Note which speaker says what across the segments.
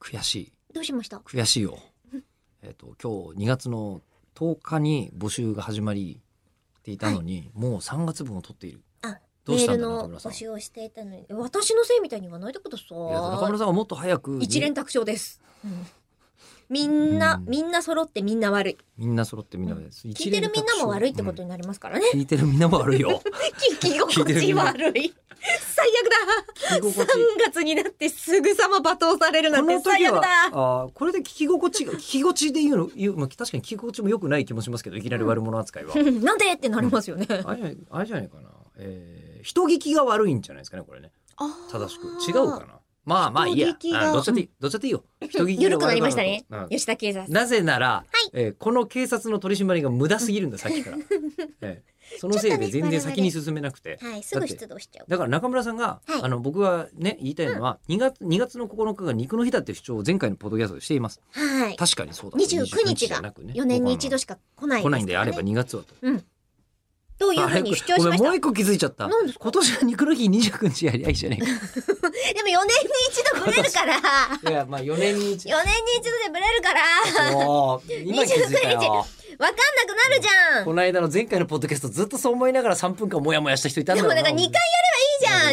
Speaker 1: 悔しい
Speaker 2: どうしました
Speaker 1: 悔しいよ えっと今日2月の10日に募集が始まりっていたのに、もう3月分を取っている
Speaker 2: あ
Speaker 1: どう
Speaker 2: メ
Speaker 1: し
Speaker 2: ー
Speaker 1: た
Speaker 2: ル
Speaker 1: んだ中
Speaker 2: の
Speaker 1: 村さ
Speaker 2: 募
Speaker 1: ん
Speaker 2: 集をしていたのに私のせいみたいに言わないでくださ
Speaker 1: いや中村
Speaker 2: い
Speaker 1: さんはもっと早く
Speaker 2: 一連卓上です、うんみんな、
Speaker 1: うん
Speaker 2: みんな揃ってみんな悪い
Speaker 1: みんな揃ってみんなで
Speaker 2: 聞いてるみんなも悪いってことになりますからね、
Speaker 1: 聞いてるみんなも悪いよ
Speaker 2: 聞き心地悪い最悪
Speaker 1: 聞き心
Speaker 2: だ
Speaker 1: 地
Speaker 2: 3月になってすぐさま罵倒されるな
Speaker 1: こ
Speaker 2: ん
Speaker 1: の
Speaker 2: て最
Speaker 1: 時
Speaker 2: 悪
Speaker 1: は
Speaker 2: だ
Speaker 1: あーこれで聞き心地が聞き心地で言うの言う、まあ、確かに聞き心地も良くない気もしますけどいきなり悪者 扱いは、
Speaker 2: うんなんでってなりますよね、
Speaker 1: あれあれじゃないかな、えー、人聞きが悪いんじゃないですかねこれね正しく違うかなまあまあいいや
Speaker 2: 人聞きが
Speaker 1: あどっちだっていいどっちだっていいよ人聞きが悪い
Speaker 2: 緩くなりましたね
Speaker 1: な
Speaker 2: 吉田警察
Speaker 1: なぜなら、えーこの警察の取り締まりが無駄すぎるんださっきから、 えーそのせいで全然先に進めなくて
Speaker 2: はいすぐ出動しちゃう
Speaker 1: だから中村さんが、
Speaker 2: はい
Speaker 1: あの僕がね言いたいのは、2月2月の9日が肉の日だっていう主張を前回のポッドキャストでしています
Speaker 2: はい
Speaker 1: 確かにそうだ
Speaker 2: 29日
Speaker 1: じゃ
Speaker 2: が
Speaker 1: なくね
Speaker 2: 4年に一度しか来ない
Speaker 1: 来ないんであれば
Speaker 2: ね
Speaker 1: 2月はと
Speaker 2: というふうに主張しまし
Speaker 1: ごめん
Speaker 2: た
Speaker 1: もう一個気づいちゃった
Speaker 2: なんですか
Speaker 1: 今年は肉の日29日やりゃいいじゃ ねえ
Speaker 2: でも4年に一度ブレる から4
Speaker 1: かいやまあ4年に一
Speaker 2: 年に一度でブレるから
Speaker 1: もう今気づいたよ
Speaker 2: 分かんなくなるじゃん
Speaker 1: この間の前回のポッドキャストずっとそう思いながら3分間モヤモヤした人いたんだ
Speaker 2: で
Speaker 1: よ
Speaker 2: も
Speaker 1: な
Speaker 2: だから2回や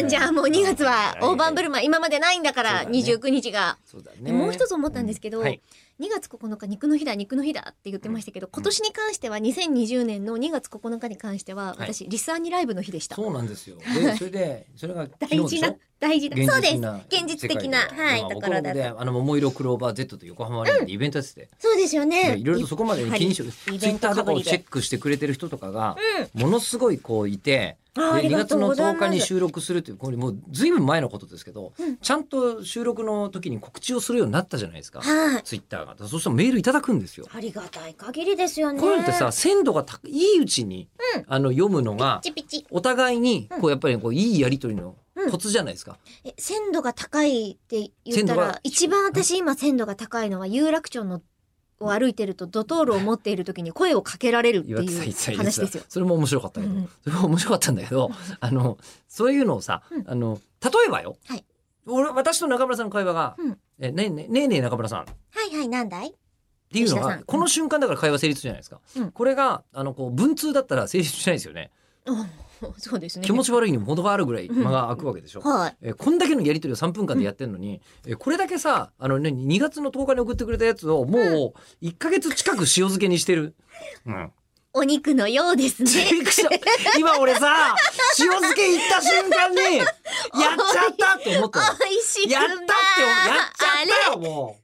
Speaker 2: ればいいじゃんじゃあもう2月は大盤振る舞い今までないんだ
Speaker 1: そ
Speaker 2: か
Speaker 1: うだ
Speaker 2: ら
Speaker 1: ね
Speaker 2: 29日が。
Speaker 1: そうだ
Speaker 2: で
Speaker 1: ね
Speaker 2: もう一つ思ったんですけど、
Speaker 1: うはい
Speaker 2: 2月9日肉の日だ肉の日だって言ってましたけど、今年に関しては2020年の2月9日に関しては私、リスアニライブの日でした
Speaker 1: そうなんですよ でそれでそれが昨
Speaker 2: 大
Speaker 1: 日で
Speaker 2: 事
Speaker 1: しょ
Speaker 2: な大事なそうです
Speaker 1: な
Speaker 2: 現実的な
Speaker 1: 世界で
Speaker 2: はい
Speaker 1: まあ
Speaker 2: ところ
Speaker 1: 僕は
Speaker 2: だと
Speaker 1: 僕であの桃色クローバー Z と横浜アリーナでイベントやってて、
Speaker 2: そうですよね
Speaker 1: でいろいろとそこまで気にし
Speaker 2: や
Speaker 1: て
Speaker 2: っ
Speaker 1: ツ
Speaker 2: ぱ
Speaker 1: イ
Speaker 2: りイベ
Speaker 1: ッ
Speaker 2: ン
Speaker 1: タ
Speaker 2: ト
Speaker 1: ー
Speaker 2: か
Speaker 1: と
Speaker 2: ぶ
Speaker 1: かを
Speaker 2: り
Speaker 1: チェ
Speaker 2: で
Speaker 1: ックしてくれてる人とかが
Speaker 2: うん
Speaker 1: ものすごいこういて、
Speaker 2: あーあ
Speaker 1: で
Speaker 2: り
Speaker 1: 2
Speaker 2: が
Speaker 1: 月
Speaker 2: とう
Speaker 1: の
Speaker 2: ござい
Speaker 1: 10
Speaker 2: ます
Speaker 1: 日に収録するっていうこれもうずいぶん前のことですけど、
Speaker 2: うん
Speaker 1: ちゃんと収録の時に告知をするようになったじゃないですか、
Speaker 2: はい
Speaker 1: ツイッターがだからそうしたらメールいただくんですよ。
Speaker 2: ありがたい限りですよね
Speaker 1: こういうのってさ鮮度がたいいうちに、
Speaker 2: うん
Speaker 1: あの読むのが
Speaker 2: ピッチピチ
Speaker 1: お互いにこうやっぱりこういいやり取りの
Speaker 2: うん
Speaker 1: コツじゃないですか。
Speaker 2: え鮮度が高いって言った
Speaker 1: 鮮度が
Speaker 2: ら一番私今鮮度が高いのは有楽町のを歩いてるとドトールを持っている時に声をかけられるってい
Speaker 1: 言われてた言ってた
Speaker 2: う
Speaker 1: 言っ
Speaker 2: 話
Speaker 1: て
Speaker 2: で
Speaker 1: た
Speaker 2: すよ。
Speaker 1: それも面白かったけど、
Speaker 2: うん
Speaker 1: それも面白かったんだけど、あの、そういうのをさ、
Speaker 2: うん
Speaker 1: あの、例えばよ、
Speaker 2: はい
Speaker 1: 俺、私と中村さんの会話が、
Speaker 2: うん
Speaker 1: え、ねえねえ、ねえねえ中村さんっ
Speaker 2: はいはいなんだい
Speaker 1: ていうの
Speaker 2: 吉田
Speaker 1: が
Speaker 2: さん、
Speaker 1: この瞬間だから会話成立じゃないですか。
Speaker 2: うん
Speaker 1: これが、あの、こう、文通だったら成立しないですよね。
Speaker 2: あそうですね。
Speaker 1: 気持ち悪いにも程があるぐらい間が空くわけでしょ。
Speaker 2: はい。
Speaker 1: えこんだけのやり取りを3分間でやってんのに、えこれだけさあの、ね、2月の10日に送ってくれたやつをもう1ヶ月近く塩漬けにしてる。うん
Speaker 2: お肉のようですね。
Speaker 1: びっくりした今俺さ塩漬け行った瞬間にやっちゃったって思った
Speaker 2: 美味しく
Speaker 1: やったって思やっちゃった
Speaker 2: あ
Speaker 1: よも